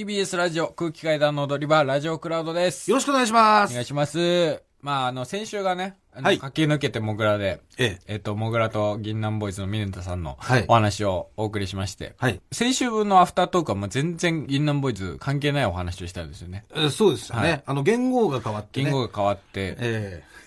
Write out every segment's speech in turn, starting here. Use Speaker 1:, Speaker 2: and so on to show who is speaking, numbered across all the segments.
Speaker 1: TBS ラジオ空気階段の踊り場ラジオクラウドです。
Speaker 2: よろしくお願いしま
Speaker 1: お
Speaker 2: す。
Speaker 1: 願いします。まあ、あの、先週がね、あの
Speaker 2: はい
Speaker 1: 駆け抜けてモグラで、
Speaker 2: ええ。
Speaker 1: えっと、モグラと銀杏ボーイズのミネタさんの
Speaker 2: はい
Speaker 1: お話をお送りしまして、
Speaker 2: はい。
Speaker 1: 先週分のアフタートークはもう全然銀杏ボーイズ関係ないお話をしたんですよね。
Speaker 2: えーそうですよね。
Speaker 1: はい
Speaker 2: あの、言語が変わってね。
Speaker 1: 言語が変わって、
Speaker 2: ええ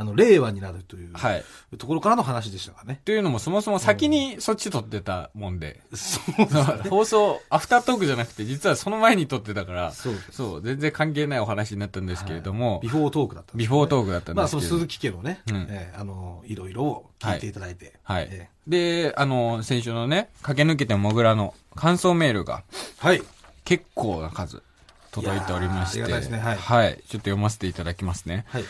Speaker 2: あの、令和になるという、
Speaker 1: はい。
Speaker 2: ところからの話でしたからね。
Speaker 1: というのもそもそも先にそっち撮ってたもんで、
Speaker 2: そう
Speaker 1: その放送、アフタートークじゃなくて実はその前に撮ってたから、
Speaker 2: そうです
Speaker 1: そう、全然関係ないお話になったんですけれども、
Speaker 2: ビフォートークだったんで
Speaker 1: ビ
Speaker 2: す
Speaker 1: フォートークだったん
Speaker 2: ま
Speaker 1: で
Speaker 2: あ、
Speaker 1: す
Speaker 2: そ
Speaker 1: け
Speaker 2: の
Speaker 1: れども
Speaker 2: 鈴木家のね、
Speaker 1: うん
Speaker 2: ええあの、いろいろ聞いていただいて。
Speaker 1: はい。
Speaker 2: え
Speaker 1: で、あの、先週のね、駆け抜けてもぐらの感想メールが
Speaker 2: えはい。
Speaker 1: 結構な数届いておりまして。
Speaker 2: いやーありがたいですねは
Speaker 1: ち
Speaker 2: い
Speaker 1: ょっと読ませていただきますね。
Speaker 2: はい。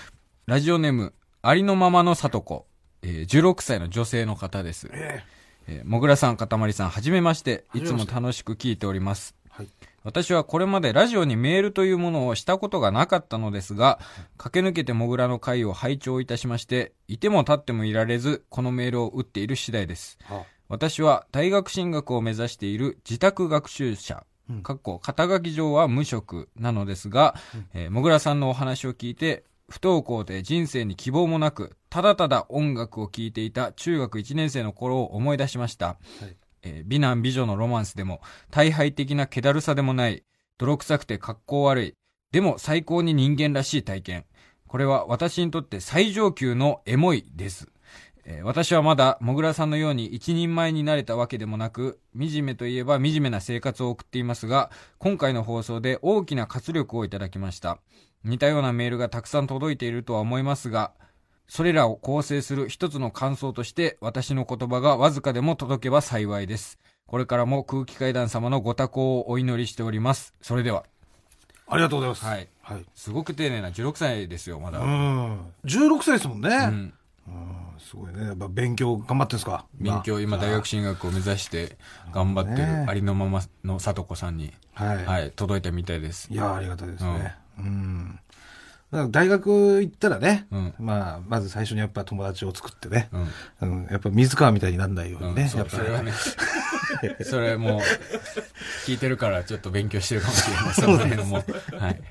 Speaker 1: ラジオネーム、ありのままのさとこ。えー16歳の女性の方です。
Speaker 2: え
Speaker 1: えーもぐらさん、かたまりさん、はじめまして。い
Speaker 2: はじ
Speaker 1: つ
Speaker 2: めま
Speaker 1: も
Speaker 2: して
Speaker 1: 楽しく聞いております。
Speaker 2: えはい。
Speaker 1: 私はこれまでラジオにメールというものをしたことがなかったのですが、駆け抜けてもぐらの会を拝聴いたしまして、いても立ってもいられず、このメールを打っている次第です。
Speaker 2: は
Speaker 1: 私は大学進学を目指している自宅学習者
Speaker 2: うん
Speaker 1: かっこ肩書き上は無職なのですが、えーもぐらさんのお話を聞いて不登校で人生に希望もなくただただ音楽を聴いていた中学1年生の頃を思い出しました、
Speaker 2: はい
Speaker 1: えー美男美女のロマンスでも大敗的な気だるさでもない泥臭くて格好悪いでも最高に人間らしい体験これは私にとって最上級のエモいですえー私はまだもぐらさんのように一人前になれたわけでもなく惨めといえば惨めな生活を送っていますが今回の放送で大きな活力をいただきました似たようなメールがたくさん届いているとは思いますがそれらを構成する一つの感想として私の言葉がわずかでも届けば幸いですこれからも空気階段様のご多幸をお祈りしておりますそれでは
Speaker 2: ありがとうございます。
Speaker 1: はい
Speaker 2: はい。
Speaker 1: すごく丁寧な16歳ですよまだ、
Speaker 2: うん。16歳ですもんね。
Speaker 1: う
Speaker 2: うん
Speaker 1: ん、
Speaker 2: すごいね。やっぱ勉強頑張ってんすか
Speaker 1: 勉強、今大学進学を目指して頑張って
Speaker 2: ね
Speaker 1: るありのままのさとこさんに、
Speaker 2: はい。
Speaker 1: はい、届いたみたいです
Speaker 2: い。やーありがたいですね。うん。だから大学行ったらね、
Speaker 1: うん
Speaker 2: まあ、まず最初にやっぱ友達を作ってね、
Speaker 1: うん。
Speaker 2: うん、やっぱ水川みたいにならないよう
Speaker 1: う
Speaker 2: に
Speaker 1: ん
Speaker 2: ね、
Speaker 1: そ
Speaker 2: やっ
Speaker 1: う
Speaker 2: ぱ
Speaker 1: それは ね、それもう、聞いてるからちょっと勉強してるかもしれない、その辺も。はい。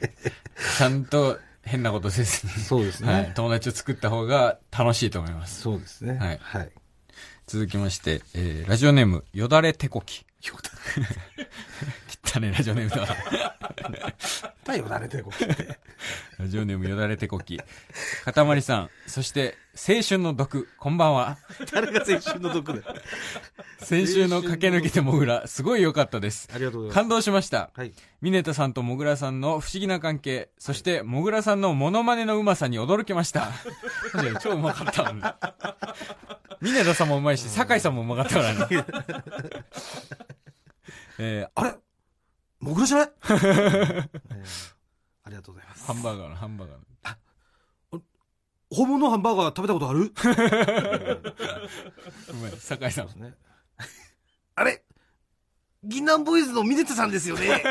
Speaker 1: ちゃんと変なことせずに。
Speaker 2: そうですね
Speaker 1: はい。友達を作った方が楽しいと思います。
Speaker 2: そうですね。
Speaker 1: はい
Speaker 2: はい。
Speaker 1: 続きまして、えーラジオネーム、よだれてこき。
Speaker 2: よだ
Speaker 1: 汚ね、ラジオネームだわ。
Speaker 2: れ、よだれてこうって。
Speaker 1: ラジオネームよだれてこき。かたまりさん、そして、青春の毒、こんばんは。
Speaker 2: 誰が青春の毒で。
Speaker 1: 先週の駆け抜けてもぐら、すごい良かったです。
Speaker 2: ありがとうござい
Speaker 1: 感動しました。
Speaker 2: ます。はい。
Speaker 1: ミネタさんとモグラさんの不思議な関係、そしてモグラさんのモノマネのうまさに驚きました。確かに超うまかったもんね。ミネタさんもうまいし、酒井さんもうまかったからね。えー
Speaker 2: あれもぐら じゃない、えーありがとうございます。
Speaker 1: ハンバーガーのハンバーガーの。
Speaker 2: 本物のハンバーガー食べたことある
Speaker 1: うまい、酒井さ
Speaker 2: そうんで。すね。あれ銀杏ボーイズのミネタさんですよ ね。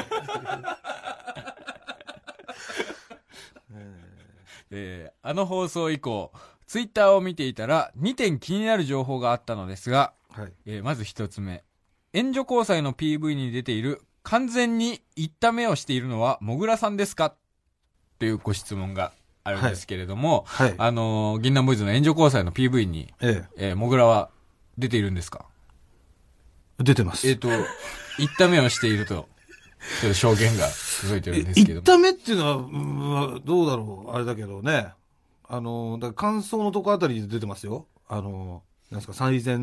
Speaker 1: えーあの放送以降、ツイッターを見ていたら2点気になる情報があったのですが、
Speaker 2: はい。
Speaker 1: えーまず1つ目。援助交際の PV に出ている、完全に行った目をしているのは、もぐらさんですかというご質問があるんですけれども、
Speaker 2: はい。
Speaker 1: あのー、銀杏ボーイズの援助交際の PV に、
Speaker 2: え
Speaker 1: えー、もぐらは出ているんですか
Speaker 2: え、出てます。
Speaker 1: えっ、と、行った目をしていると、という証言が届いてるんですけ
Speaker 2: 一
Speaker 1: ども。
Speaker 2: 旦目っていうのはうん、どうだろう、あれだけどね。あの、だから感想のとこあたりで出てますよ。あの、なんですか、最前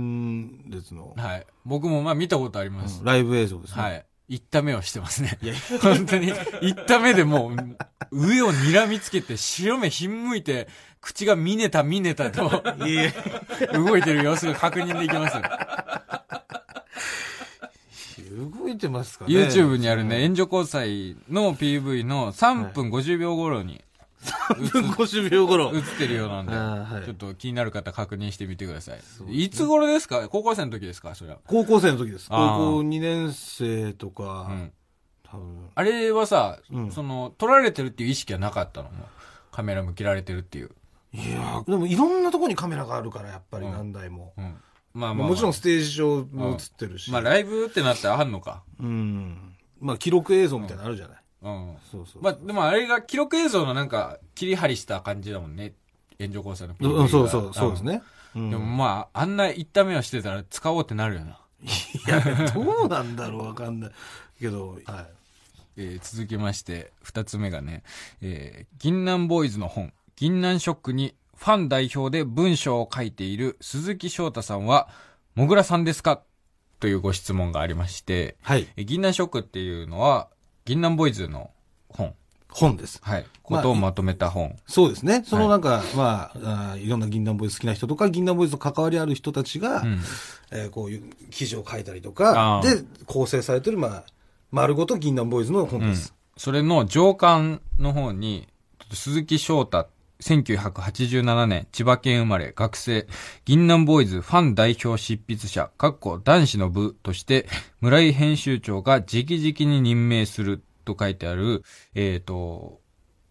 Speaker 2: 列の、
Speaker 1: はい。僕もまあ見たことあります。
Speaker 2: ライブ映像ですね。
Speaker 1: はい。行った目をしてますね。
Speaker 2: いや
Speaker 1: 本当に、行った目でもう、上を睨みつけて、白目ひんむいて、口がミネタミネタと、
Speaker 2: いやいや
Speaker 1: 動いてる様子が確認できます。
Speaker 2: 動いてますかね。
Speaker 1: YouTube にあるね、 援助交際の PV の3分50秒頃に
Speaker 2: うん。50秒頃
Speaker 1: 映。ってるようなんで、
Speaker 2: あーはい
Speaker 1: ちょっと気になる方確認してみてください。
Speaker 2: うですね
Speaker 1: いつ頃ですか高校生の時ですかそれは。
Speaker 2: 高校生の時です。
Speaker 1: あー
Speaker 2: 高校2年生とか、
Speaker 1: うん。
Speaker 2: 多分。
Speaker 1: あれはさ、
Speaker 2: うん
Speaker 1: その、撮られてるっていう意識はなかったのもうカメラ向けられてるっていう。
Speaker 2: いやーでもいろんなとこにカメラがあるから、やっぱり何台も。
Speaker 1: うん。まあまあ、まあ、
Speaker 2: もちろんステージ上も映ってるし。
Speaker 1: まあライブってなったらあんのか。
Speaker 2: うん。まあ、記録映像みたいなのあるじゃない。
Speaker 1: うん。
Speaker 2: そうそう。
Speaker 1: まあ、でもあれが記録映像のなんか、切り張りした感じだもんね。炎上交際のプロフィー
Speaker 2: う
Speaker 1: ル
Speaker 2: ん、
Speaker 1: が
Speaker 2: そうそう、そうです。
Speaker 1: ん
Speaker 2: ね。うん
Speaker 1: でもまあ、あんな一った目はしてたら使おうってなるよな。
Speaker 2: いや、どうなんだろう、わかんない。けど、は
Speaker 1: えー続きまして、二つ目がね、えー、銀南ボーイズの本、銀南ショックにファン代表で文章を書いている鈴木翔太さんは、もぐらさんですかというご質問がありまして、
Speaker 2: い。はい。
Speaker 1: えー銀南ショックっていうのは、銀南ボーイズの本、
Speaker 2: 本です。
Speaker 1: はい、ことをまとめた本。
Speaker 2: そうですね。そのなんか、まああー、いろんな銀杏ボーイズ好きな人とか、銀杏ボーイズと関わりある人たちが、
Speaker 1: うん
Speaker 2: えーこういう記事を書いたりと
Speaker 1: あ
Speaker 2: か、
Speaker 1: ー
Speaker 2: で、構成されてる、まあ、丸ごと銀杏ボーイズの本
Speaker 1: うん
Speaker 2: です。
Speaker 1: それの上巻の方に、鈴木翔太、1987年、千葉県生まれ、学生、銀南ボーイズファン代表執筆者、かっこ男子の部として、村井編集長が直々に任命すると書いてある、えっ、と、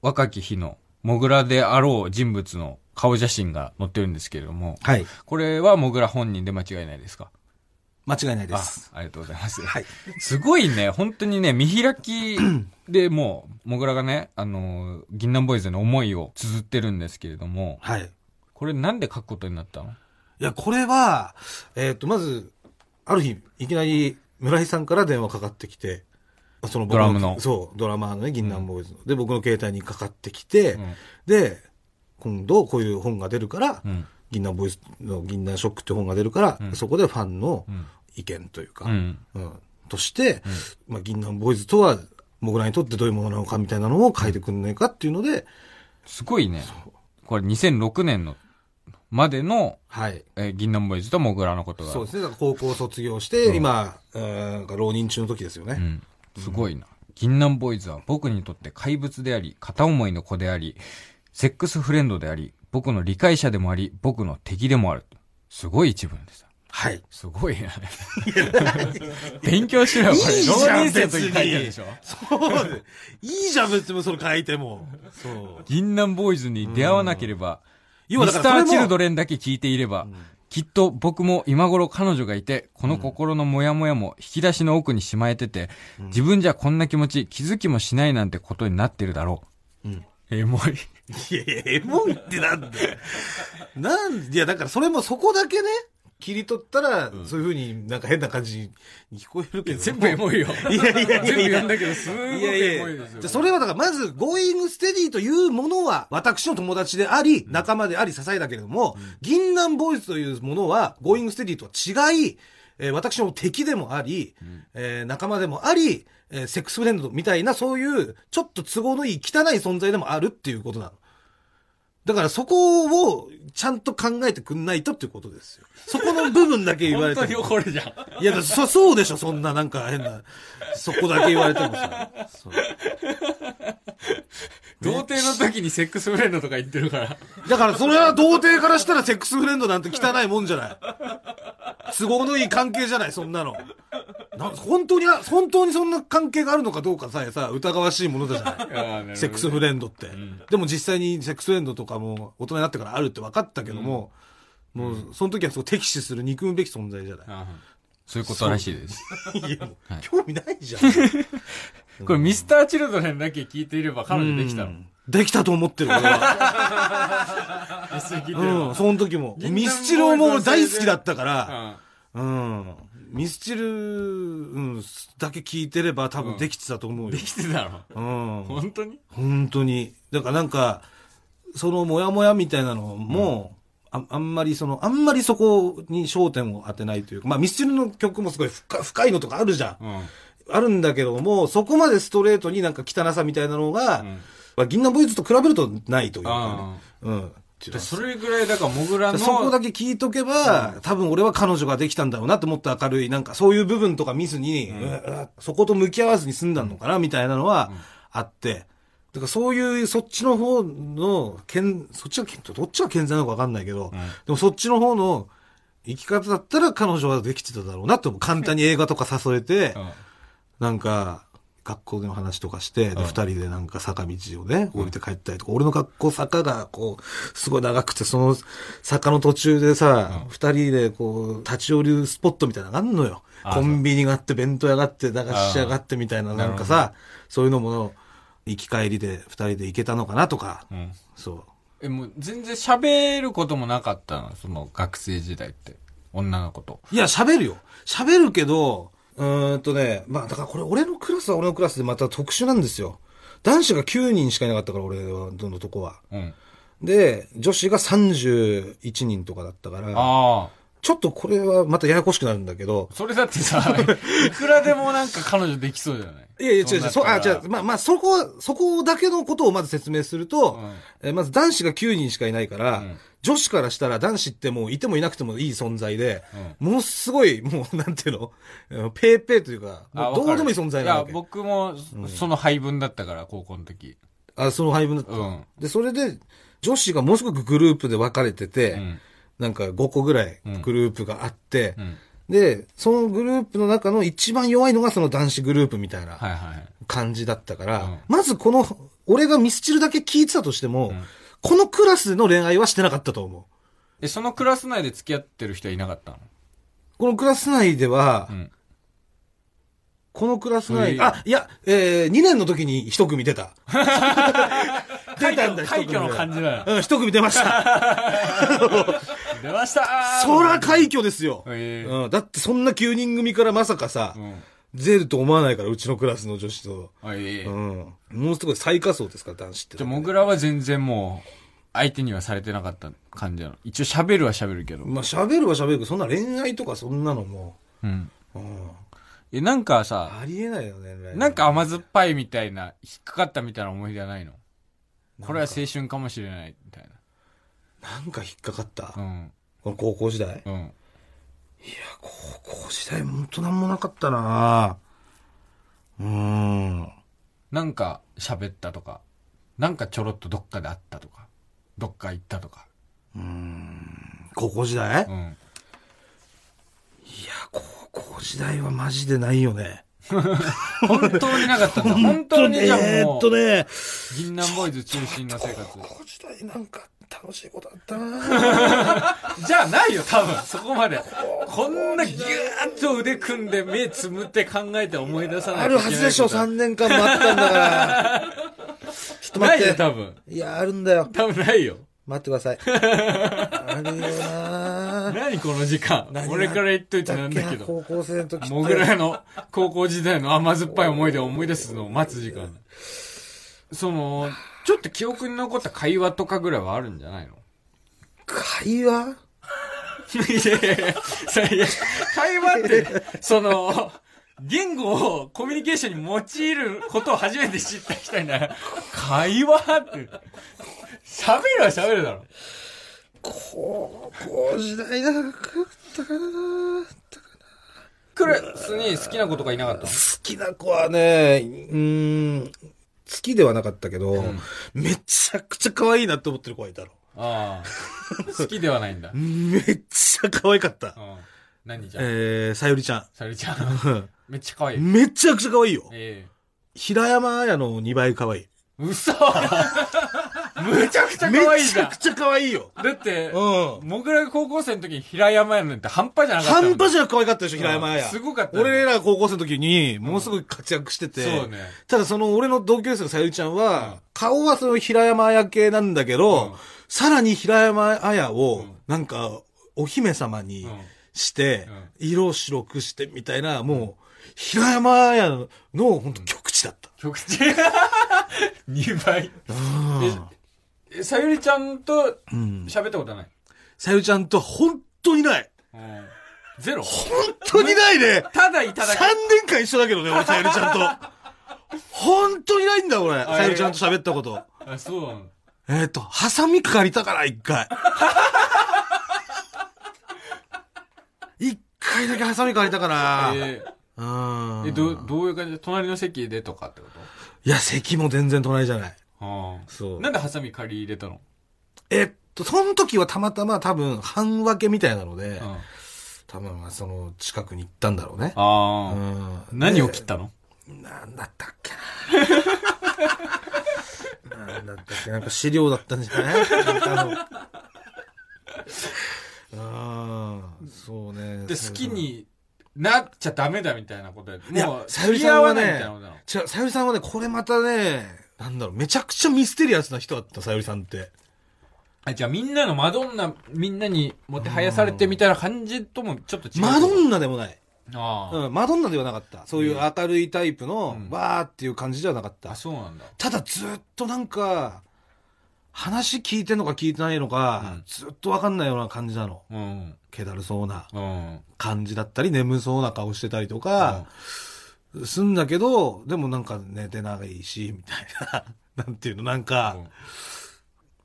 Speaker 1: 若き日のモグラであろう人物の顔写真が載ってるんですけれども、
Speaker 2: はい。
Speaker 1: これはモグラ本人で間違いないですか
Speaker 2: 間違いないです。
Speaker 1: あありがとうございます。
Speaker 2: はい。
Speaker 1: すごいね、本当にね、見開 きでもう、もぐらがね、あのー、銀杏ボーイズの思いを綴ってるんですけれども、
Speaker 2: はい。
Speaker 1: これなんで書くことになったの
Speaker 2: いや、これは、えーっと、まず、ある日、いきなり村井さんから電話かかってきて、その僕
Speaker 1: ドラムの
Speaker 2: そう、ドラマーのね、銀杏ボーイズの。で、僕の携帯にかかってきて、
Speaker 1: うん
Speaker 2: で、今度こういう本が出るから、
Speaker 1: うん。
Speaker 2: 銀杏ボーイズの銀杏ショックって本が出るから、
Speaker 1: うん
Speaker 2: そこでファンの
Speaker 1: うん。
Speaker 2: 意見というか、
Speaker 1: うん。
Speaker 2: うんとして、まあ、銀杏ボーイズとは、僕らにとってどういうものなのかみたいなのを書いてくんねえかっていうので、
Speaker 1: すごいね。これ2006年の、までの、
Speaker 2: はい。
Speaker 1: えー銀杏ボーイズともぐらのことが。
Speaker 2: そう
Speaker 1: で
Speaker 2: ですね。だから高校卒業して、今、えーなんか浪人中の時ですよね。
Speaker 1: ん。すごいな。銀杏ボーイズは僕にとって怪物であり、片思いの子であり、セックスフレンドであり、僕の理解者でもあり、僕の敵でもある。すごい一文でした。
Speaker 2: はい。
Speaker 1: すごいね。 勉強しろよ、これ。
Speaker 2: いいじ
Speaker 1: 浪
Speaker 2: ゃん
Speaker 1: 人生の時に書いてるでしょ
Speaker 2: そうでいいじゃん、別にそれ書いても。そう。
Speaker 1: 銀杏ボーイズに出会わなければ、
Speaker 2: 要は
Speaker 1: ミ
Speaker 2: だか
Speaker 1: ス
Speaker 2: ら
Speaker 1: タ
Speaker 2: そ
Speaker 1: ー・
Speaker 2: れ
Speaker 1: チ
Speaker 2: も
Speaker 1: ルドレンだけ聞いていれば、きっと僕も今頃彼女がいて、この心のモヤモヤも引き出しの奥にしまえてて、自分じゃこんな気持ち気づきもしないなんてことになってるだろう。
Speaker 2: うん
Speaker 1: エモい。
Speaker 2: いやいや、エモいってなんだよなんいや、だからそれもそこだけね、切り取ったら、そういうふうになんか変な感じに聞こえるけど。
Speaker 1: 全部エモいよ。
Speaker 2: いやいやいやいや
Speaker 1: 全部読んだけど、すご
Speaker 2: い
Speaker 1: い
Speaker 2: やい
Speaker 1: エ
Speaker 2: や
Speaker 1: モい
Speaker 2: いや
Speaker 1: ですよ。
Speaker 2: じゃあそれはだから、まず、Going Steady というものは、私の友達であり、仲間であり、支えだけれども、銀杏ボーイズというものは、Going Steady とは違い、えー私の敵でもあり、えー仲間でもあり、えーセックスフレンドみたいな、そういう、ちょっと都合のいい汚い存在でもあるっていうことなの。だからそこをちゃんと考えてくんないとっていうことですよ。そこの部分だけ言わ れ
Speaker 1: 本
Speaker 2: て
Speaker 1: 当に
Speaker 2: も。
Speaker 1: 怒るじ ゃん。
Speaker 2: いや、だそ、そうでしょ、そんな、なんか変な、そこだけ言われてもさ。そう
Speaker 1: 童貞の時にセックスフレンドとか言ってる から。
Speaker 2: だから、それは童貞からしたらセックスフレンドなんて汚いもんじゃない。都合のいい関係じゃない、そんなの。な本当に、本当にそんな関係があるのかどうかさえさ、疑わしいものだじゃない。セックスフレンドって、でも実際にセックスフレンドとかも大人になってからあるって分かったけども、もうその時はそう敵視する憎むべき存在じゃない、
Speaker 1: あそういうことらしいです。
Speaker 2: いやもう
Speaker 1: はい
Speaker 2: 興味ないじゃん
Speaker 1: これミスター・チルドレンだけ聞いていれば彼女できた
Speaker 2: う
Speaker 1: の。
Speaker 2: んできたと思ってる俺は
Speaker 1: SE 聞いてれば
Speaker 2: うんその時も
Speaker 1: 銀杏
Speaker 2: ミスチルも大好きだったか
Speaker 1: う
Speaker 2: ら、
Speaker 1: ん
Speaker 2: うん、ミスチル、うん、だけ聞いてれば多分できてたと思うよ
Speaker 1: で、きてたの
Speaker 2: うん、
Speaker 1: 本当に
Speaker 2: 本当に。だからなんか、そのモヤモヤみたいなのも、ああんまりその、あんまりそこに焦点を当てないというか、まあミスチルの曲もすごい深深いのとかあるじゃん。
Speaker 1: うん。
Speaker 2: あるんだけども、そこまでストレートになんか汚さみたいなのが、
Speaker 1: うん
Speaker 2: まあ銀杏ボーイズと比べるとないというか
Speaker 1: あ
Speaker 2: ね。うん。
Speaker 1: あ。それぐらい、だから、モグラの、
Speaker 2: そこだけ聞いとけば、多分俺は彼女ができたんだろうなってもっと明るい、なんかそういう部分とか見ずに、うわそこと向き合わずに済んだのかな、みたいなのはあって、だからそういう、そっちの方の、けん、そっちがけん、どっちが健在なのかわかんないけど、でもそっちの方の生き方だったら彼女はできてただろうなって思う、簡単に映画とか誘えて、
Speaker 1: うん
Speaker 2: なんか、学校の話とかして、で
Speaker 1: うん
Speaker 2: 二人でなんか坂道をね、降りて帰ったりとか、俺の学校坂がこう、すごい長くて、その坂の途中でさ
Speaker 1: う、ん
Speaker 2: 二、人でこう、立ち寄りスポットみたいなのがあんのよ。
Speaker 1: あ
Speaker 2: コンビニがあって、弁当屋があって、駄菓子屋があってみたいな、
Speaker 1: ー
Speaker 2: なんか
Speaker 1: なる
Speaker 2: さ、そういうのも、行き帰りで二人で行けたのかなとか、
Speaker 1: うん。
Speaker 2: そう。
Speaker 1: え、もう全然喋ることもなかったのその学生時代って。女の子と。
Speaker 2: いや、喋るよ。喋るけど、うーんとね、まあだからこれ俺のクラスは俺のクラスでまた特殊なんですよ。男子が9人しかいなかったから、俺は、どのとこは。
Speaker 1: うん。
Speaker 2: で、女子が31人とかだったから、
Speaker 1: あ
Speaker 2: ちょっとこれはまたややこしくなるんだけど
Speaker 1: あ。、それだってさ、 いくらでもなんか彼女できそうじゃない
Speaker 2: いやいや、違う違う、
Speaker 1: そ
Speaker 2: そ、
Speaker 1: んな
Speaker 2: あ、
Speaker 1: った
Speaker 2: 違
Speaker 1: ら
Speaker 2: う、まあまあ、そこ、そこだけのことをまず説明すると、
Speaker 1: うん
Speaker 2: えーまず男子が9人しかいないから、
Speaker 1: うん
Speaker 2: 女子からしたら男子ってもういてもいなくてもいい存在で、ものすごい、もうなんていうの、 うんペーペーというか、
Speaker 1: あ
Speaker 2: もうどうでもいい存在な
Speaker 1: わ
Speaker 2: わ
Speaker 1: かる
Speaker 2: け
Speaker 1: いや、。僕もその配分だったから、高校の時。
Speaker 2: あ、その配分だった。
Speaker 1: うん。
Speaker 2: で、それで、女子がもうすごくグループで分かれてて、
Speaker 1: うん。
Speaker 2: なんか5個ぐらい
Speaker 1: うん
Speaker 2: グループがあって、
Speaker 1: うん。
Speaker 2: で、そのグループの中の一番弱いのがその男子グループみたいな
Speaker 1: はいはい。
Speaker 2: 感じだったから、
Speaker 1: うん
Speaker 2: まずこの、俺がミスチルだけ聞いてたとしても、
Speaker 1: うん
Speaker 2: このクラスでの恋愛はしてなかったと思う。
Speaker 1: え、そのクラス内で付き合ってる人はいなかったの
Speaker 2: このクラス内では、
Speaker 1: うん。
Speaker 2: このクラス
Speaker 1: う
Speaker 2: 内、
Speaker 1: ん
Speaker 2: あ、いや、えー、2年の時に一組 出た。出たんだ、
Speaker 1: 快
Speaker 2: 一組
Speaker 1: 挙の感じだよ。
Speaker 2: うん、一組出 ました。
Speaker 1: 出ましたー
Speaker 2: そら快挙ですよ。
Speaker 1: えー
Speaker 2: うん、だってそんな9人組からまさかさ、
Speaker 1: うん。
Speaker 2: 出ると思わないから、うちのクラスの女子と。
Speaker 1: あえ
Speaker 2: う
Speaker 1: ー
Speaker 2: ん。ものすごい最下層ですから、男子って。
Speaker 1: じゃあ、モグラは全然もう、相手にはされてなかった感じなの。一応喋るは喋るけど。
Speaker 2: まあ、喋るは喋るけど、そんな恋愛とかそんなのも
Speaker 1: うん。
Speaker 2: う、うん、
Speaker 1: え、なんかさ、
Speaker 2: ありえないよね、恋愛
Speaker 1: なんか、甘酸っぱいみたいな、引っかかったみたいな思い出はないのこれは青春かもしれない、みたい
Speaker 2: なんか引っかかっ
Speaker 1: な。
Speaker 2: た。
Speaker 1: うん。
Speaker 2: この高校時代。いや、
Speaker 1: うん。
Speaker 2: 高校時代、ほんとなんもなかったなうん。
Speaker 1: なんか喋ったとか、なんかちょろっとどっかで会ったとか、どっか行ったとか。
Speaker 2: 高校時代、
Speaker 1: う
Speaker 2: い
Speaker 1: ん。
Speaker 2: や、高校時代はマジでないよね。
Speaker 1: 本当になかったんだ。本当にじゃあ
Speaker 2: えー
Speaker 1: も
Speaker 2: っ
Speaker 1: う
Speaker 2: と、ね、
Speaker 1: 銀杏ボーイズ中心の生活。
Speaker 2: 高校時代なんか楽しいことあっ たな
Speaker 1: じゃあないよ、多分。そこまで。こんなギューッと腕組んで目つむって考えて思い出さない
Speaker 2: あるはずでしょ、3
Speaker 1: 三
Speaker 2: 年間待ったんだから。 ちょっと
Speaker 1: な
Speaker 2: 待
Speaker 1: いよ、
Speaker 2: って。
Speaker 1: 多分。
Speaker 2: いや、あるんだよ。
Speaker 1: 多分ないよ。
Speaker 2: 待ってください。あるよな
Speaker 1: 何この時間
Speaker 2: 何。
Speaker 1: 俺から言っといてなんだけ
Speaker 2: な
Speaker 1: ど。
Speaker 2: 高校生の時って
Speaker 1: モグラの高校時代の甘酸っぱい思い出を思い出すのを待つ時間。その、ちょっと記憶に残った会話とかぐらいはあるんじゃないのい
Speaker 2: 会話
Speaker 1: やいやいやそれいや会話って、その、言語をコミュニケーションに用いることを初めて知った人になら、会話って、喋るは喋るだろ。
Speaker 2: 高校時代長かったかな好
Speaker 1: クラスに好きな子とかいなかったの
Speaker 2: きな子はね、うーん、好きではなかったけど、
Speaker 1: ん
Speaker 2: めちゃくちゃ可愛いなって思ってる子がいたの。
Speaker 1: ああ。好きではないんだ。うん。
Speaker 2: めっちゃ可愛かった。
Speaker 1: 何じゃん。
Speaker 2: えー、さゆりちゃ
Speaker 1: さゆりちゃん。
Speaker 2: ん。
Speaker 1: めっちゃ可愛い。
Speaker 2: めちゃくちゃ可愛いよ。
Speaker 1: ええ
Speaker 2: 平山綾の2倍可愛い。
Speaker 1: 嘘むちゃくちゃ可愛いじゃん
Speaker 2: めちゃくちゃ可愛いよ。
Speaker 1: だって、
Speaker 2: うん。
Speaker 1: もぐらが高校生の時に平山やなんて半端じゃなかったもん
Speaker 2: 半端じゃなく可愛かったでしょ、平山
Speaker 1: う
Speaker 2: 綾。
Speaker 1: んすごかったよね
Speaker 2: 俺ら高校生の時に、ものすごい活躍してて。
Speaker 1: そうね。
Speaker 2: ただその俺の同級生のさゆりちゃん
Speaker 1: うん
Speaker 2: は、顔はその平山綾系なんだけど、
Speaker 1: うん
Speaker 2: さらに平山綾を
Speaker 1: うん、
Speaker 2: なんか、お姫様にして、色を白くしてみたいな、もう、平山綾の、本当極致だった。
Speaker 1: 極 地2倍。
Speaker 2: うん
Speaker 1: えさゆりちゃんと
Speaker 2: うん。
Speaker 1: 喋ったことはない。
Speaker 2: さゆりちゃんとは本当にない。
Speaker 1: うんゼロ
Speaker 2: 本当にないね。
Speaker 1: ただいた
Speaker 2: 3
Speaker 1: だけ。
Speaker 2: 年間一緒だけどね、俺、さゆりちゃん と。本当にないんだ、俺。
Speaker 1: あ
Speaker 2: さゆりちゃんと喋ったこと。
Speaker 1: あ、そうなの。
Speaker 2: えっ、と、ハサミ借りたから、一回。一回だけハサミ借りたから。
Speaker 1: え
Speaker 2: う
Speaker 1: ー
Speaker 2: ん。
Speaker 1: え、ど、どういう感じで隣の席でとかってこと
Speaker 2: いや、席も全然隣じゃない。
Speaker 1: ああ
Speaker 2: そう
Speaker 1: なんでハサミ借り入れたの
Speaker 2: えっと、その時はたまたま多分、半分けみたいなので、
Speaker 1: うんあ
Speaker 2: 多分、その、近くに行ったんだろうね。う
Speaker 1: あ。
Speaker 2: ん。
Speaker 1: 何を切
Speaker 2: で
Speaker 1: ったの
Speaker 2: なんだったっけななんだったっけなんか資料だったんじゃないなんかあのあーそうね
Speaker 1: で、好きになっちゃダメだみたいなことや。
Speaker 2: いや
Speaker 1: もう、
Speaker 2: さゆりさんはね
Speaker 1: 付き合わないみたいなことなの
Speaker 2: 違うさゆりさんはねこれまたねなんだろうめちゃくちゃミステリアスな人だったさゆりさんって
Speaker 1: あ、じゃあみんなのマドンナ、みんなにもてはやされてみたいな感じともちょっと違う。
Speaker 2: マド
Speaker 1: ン
Speaker 2: ンナでもない、
Speaker 1: あ
Speaker 2: うん、マドンナではなかったそういう明るいタイプの
Speaker 1: うん
Speaker 2: わーっていう感じではなかっ
Speaker 1: あ。
Speaker 2: た、
Speaker 1: あ、そうなんだ。
Speaker 2: ただずっとなんか話聞いてんのか聞いてないのか、
Speaker 1: うん
Speaker 2: ずっとわかんないような感じなの
Speaker 1: うん。
Speaker 2: 気だるそうな
Speaker 1: うん。
Speaker 2: 感じだったり眠そうな顔してたりとか、すんだけどでもなんか寝てないしみたいな なんていうのなんか、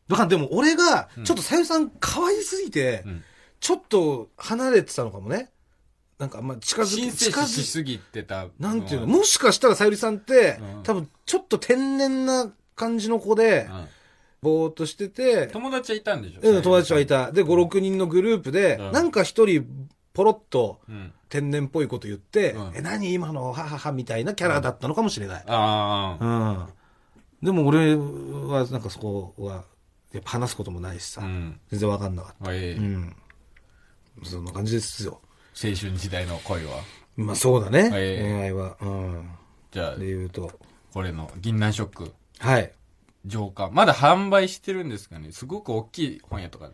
Speaker 2: だからでも俺が
Speaker 1: うん
Speaker 2: ちょっとさゆりさん可愛すぎて、
Speaker 1: うん
Speaker 2: ちょっと離れてたのかもねなんかあんま近
Speaker 1: うん。
Speaker 2: づ
Speaker 1: 親
Speaker 2: き
Speaker 1: 切
Speaker 2: 近
Speaker 1: し
Speaker 2: づき
Speaker 1: すぎてた。
Speaker 2: なんていうのもしかしたらさゆりさんって、
Speaker 1: うん
Speaker 2: 多分ちょっと天然な感じの子で、
Speaker 1: うん
Speaker 2: ぼーっとしてて、
Speaker 1: 友達はいたんでしょ
Speaker 2: うん、友達はい
Speaker 1: た。
Speaker 2: た。で、5、6人のグループで、
Speaker 1: うん
Speaker 2: なんか一人、ポロッと
Speaker 1: うん。
Speaker 2: 天然っぽいこと言って、
Speaker 1: うん
Speaker 2: え、何今の、ははは、みたいなキャラだったのかもしれない。
Speaker 1: あ
Speaker 2: う
Speaker 1: あ。
Speaker 2: ん。でも俺は、なんかそこは、やっぱ話すこともないしさ、
Speaker 1: うん。
Speaker 2: 全然わかんなかっ
Speaker 1: はい、
Speaker 2: た。うん。そんな感じですよ。
Speaker 1: 青春時代の恋は。
Speaker 2: まあそうだね、
Speaker 1: はい
Speaker 2: 恋愛は。うん。
Speaker 1: じゃあ
Speaker 2: で、言うと。
Speaker 1: これの、銀杏ショック、
Speaker 2: はい。
Speaker 1: 浄化。まだ販売してるんですかねすごく大きい本屋とか、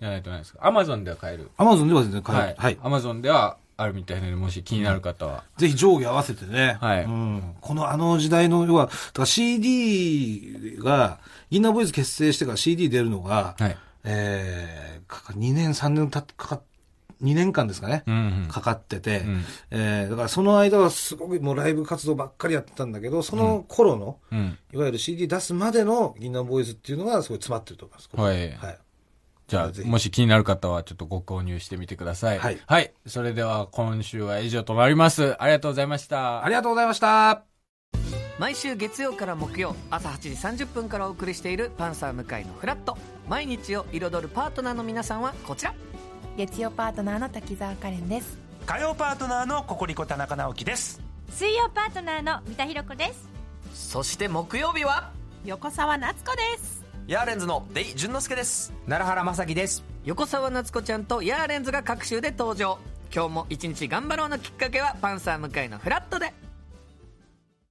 Speaker 1: じゃないとないですか。アマゾンでは買える。
Speaker 2: アマゾンでは全然買える。はい。
Speaker 1: アマゾンではあるみたいなので、もし気になる方は。
Speaker 2: ぜひ上下合わせてね。
Speaker 1: はい
Speaker 2: うん。このあの時代の、要は、だから CD が、ギンナーボーイズ結成してから CD 出るのが、
Speaker 1: はい。
Speaker 2: えー、かか2年、3年たっかかっ、2年間ですかね。
Speaker 1: うん、うん。
Speaker 2: かかってて、
Speaker 1: うん
Speaker 2: えー、だからその間はすごくもうライブ活動ばっかりやってたんだけど、その頃の、
Speaker 1: うん。
Speaker 2: いわゆる CD 出すまでのギンナーボーイズっていうのがすごい詰まってると思います。
Speaker 1: はい
Speaker 2: はい。
Speaker 1: じゃ
Speaker 2: ぜ
Speaker 1: あ、
Speaker 2: ひ
Speaker 1: もし気になる方は、ちょっとご購入してみてください。
Speaker 2: はい
Speaker 1: はい。それでは、今週は以上となります。ありがとうございました。
Speaker 2: ありがとうございました。
Speaker 3: 毎週月曜から木曜朝8時30分からお送りしている「パンサー向井のフラット」毎日を彩るパートナーの皆さんはこちら
Speaker 4: 月曜パートナーの滝沢カレンです
Speaker 5: 火曜パートナーのココリコ田中直樹です
Speaker 6: 水曜パートナーの三田寛子です
Speaker 3: そして木曜日は
Speaker 4: 横澤夏子です
Speaker 7: ヤーレンズのデイ淳之介です奈良原雅樹です
Speaker 3: 横澤夏子ちゃんとヤーレンズが各週で登場今日も一日頑張ろうのきっかけは「パンサー向井のフラットで」